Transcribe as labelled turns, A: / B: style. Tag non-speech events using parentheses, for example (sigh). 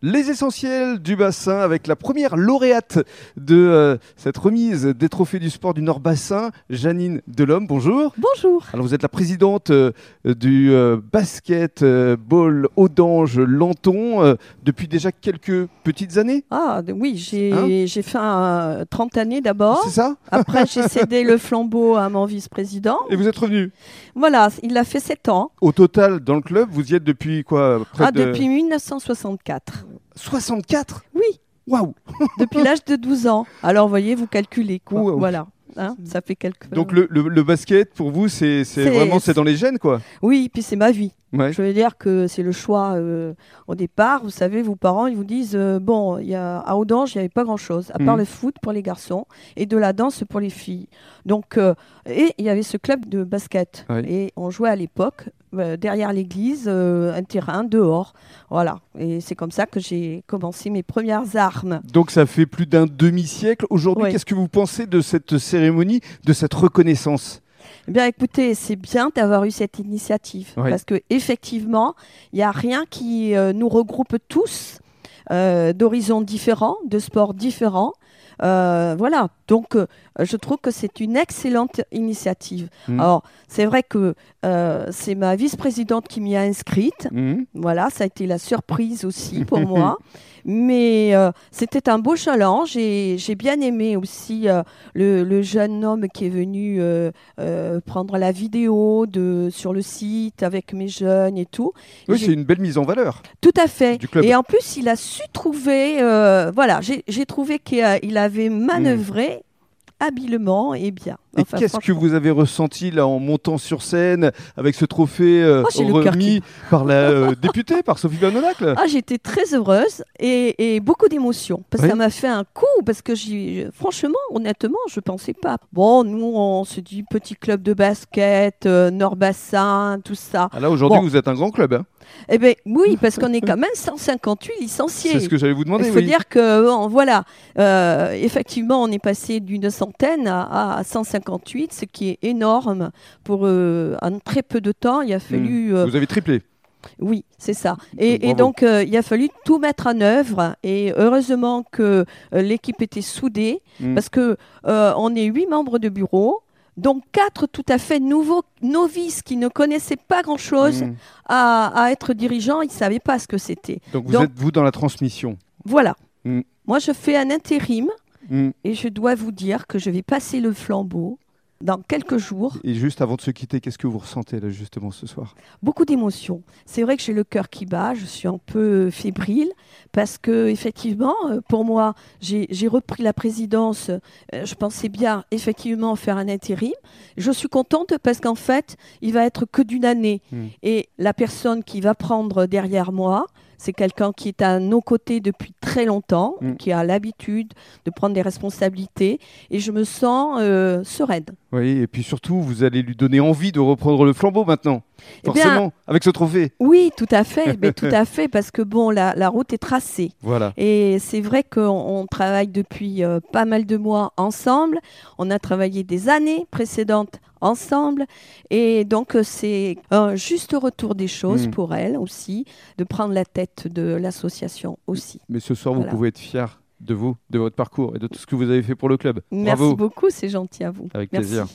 A: Les essentiels du bassin avec la première lauréate de euh, cette remise des trophées du sport du Nord Bassin, Janine Delhomme. Bonjour.
B: Bonjour.
A: Alors vous êtes la présidente euh, du euh, basket euh, ball Audange Lanton euh, depuis déjà quelques petites années.
B: Ah d- oui, j'ai
A: Hein
B: j'ai fait un 30 années d'abord.
A: C'est ça
B: Après, j'ai
A: (laughs)
B: cédé le flambeau à mon vice-président.
A: Et vous êtes revenue.
B: Voilà, il a fait 7 ans.
A: Au total dans le club, vous y êtes depuis quoi près
B: Ah,
A: de
B: depuis
A: (laughs)
B: 1964.
A: 64
B: Oui,
A: Waouh
B: depuis l'âge de 12 ans. Alors, voyez, vous calculez quoi.
A: Wow.
B: Voilà, Hein, ça fait quelques...
A: Donc le, le- le basket pour vous c'est c'est
B: C'est-
A: vraiment c'est dans les gènes quoi.
B: Oui, puis c'est ma vie.
A: Ouais.
B: Je veux dire que c'est le choix euh, au départ. Vous savez, vos parents, ils vous disent euh, bon, il y a, à Audange, il n'y avait pas grand-chose, à part
A: Mhm.
B: le foot pour les garçons et de la danse pour les filles. Donc, euh, et il y avait ce club de basket.
A: Oui.
B: Et on jouait à l'époque euh, derrière l'église, euh, un terrain dehors. Voilà. Et c'est comme ça que j'ai commencé mes premières armes.
A: Donc ça fait plus d'un demi-siècle. Aujourd'hui,
B: Ouais.
A: qu'est-ce que vous pensez de cette cérémonie, de cette reconnaissance
B: Eh bien, écoutez, c'est bien d'avoir eu cette initiative
A: Oui.
B: parce que effectivement, il n'y a rien qui euh, nous regroupe tous euh, d'horizons différents, de sports différents. Euh, voilà, donc euh, je trouve que c'est une excellente initiative.
A: Mm.
B: Alors, c'est vrai que euh, c'est ma vice-présidente qui m'y a inscrite.
A: Mhm.
B: Voilà, ça a été la surprise aussi pour
A: (laughs)
B: moi. Mais euh, c'était un beau challenge et j'ai bien aimé aussi euh, le, le jeune homme qui est venu euh, euh, prendre la vidéo de, sur le site avec mes jeunes et tout. Et
A: Oui,
B: j'ai-
A: c'est une belle mise en valeur.
B: tout à fait.
A: Du club.
B: Et en plus, il a su trouver, euh, voilà, j'ai j'ai trouvé qu'il a- il avait manœuvré habilement et bien.
A: Hmm. Et
B: Enfin,
A: qu'est-ce que
B: franchement.
A: vous avez ressenti là en montant sur scène avec ce trophée euh,
B: Oh, j'ai le cœur
A: remis par la euh, (laughs) députée, par Sophie (laughs) Bernonacle
B: Ah, j'étais très heureuse et, et beaucoup d'émotions. Parce que
A: Oui.
B: ça m'a fait un coup, parce que j'y- franchement, honnêtement, je pensais pas. Bon, nous, on se dit petit club de basket, euh, Nord-Bassin, tout ça.
A: Ah, Là aujourd'hui,
B: Bon.
A: vous êtes un grand club. hein.
B: Eh bien, oui,
A: (laughs)
B: parce qu'on est quand même 158 licenciés.
A: C'est ce que j'allais vous demander.
B: Il faut
A: oui.
B: dire que, bon, voilà, euh, effectivement, on est passé d'une centaine à, à 158, ce qui est énorme pour euh, un très peu de temps.
A: Hmm.
B: Il a fallu. euh,
A: Vous avez triplé.
B: oui, c'est ça. Et, et
A: Bravo.
B: donc, euh, il a fallu tout mettre en œuvre. Et heureusement que euh, l'équipe était soudée,
A: Mm.
B: parce que euh, on est huit membres de bureau, dont quatre tout à fait nouveaux novices qui ne connaissaient pas grand-chose
A: Mm.
B: à, à être dirigeants. Ils ne savaient pas ce que c'était.
A: Donc vous
B: Donc-
A: êtes vous dans la transmission.
B: Voilà.
A: Mm.
B: Moi, je fais un intérim
A: Mm.
B: et je dois vous dire que je vais passer le flambeau dans quelques jours.
A: Et juste avant de se quitter, qu'est-ce que vous ressentez là justement ce soir
B: beaucoup d'émotions. C'est vrai que j'ai le cœur qui bat, je suis un peu euh, fébrile parce que effectivement, euh, pour moi, j'ai j'ai repris la présidence. euh, Je pensais bien effectivement faire un intérim. Je suis contente parce qu'en fait, il va être que d'une année
A: Mm.
B: et la personne qui va prendre derrière moi. C'est quelqu'un qui est à nos côtés depuis très longtemps,
A: Mm.
B: qui a l'habitude de prendre des responsabilités, et je me sens euh, sereine.
A: Oui, et puis surtout, vous allez lui donner envie de reprendre le flambeau maintenant.
B: Eh bien-
A: Forcément, avec ce trophée.
B: Oui, tout à fait, mais tout (laughs) à fait, parce que bon, la- la route est tracée.
A: Voilà.
B: Et c'est vrai qu'on on travaille depuis euh, pas mal de mois ensemble. On a travaillé des années précédentes ensemble. Et donc, euh, c'est un juste retour des choses
A: Mm.
B: pour elle aussi, de prendre la tête de l'association aussi.
A: Mais ce soir,
B: Voilà.
A: vous pouvez être fier de vous, de votre parcours et de tout ce que vous avez fait pour le club.
B: Merci
A: Bravo.
B: beaucoup, c'est gentil à vous.
A: Avec
B: Merci.
A: plaisir.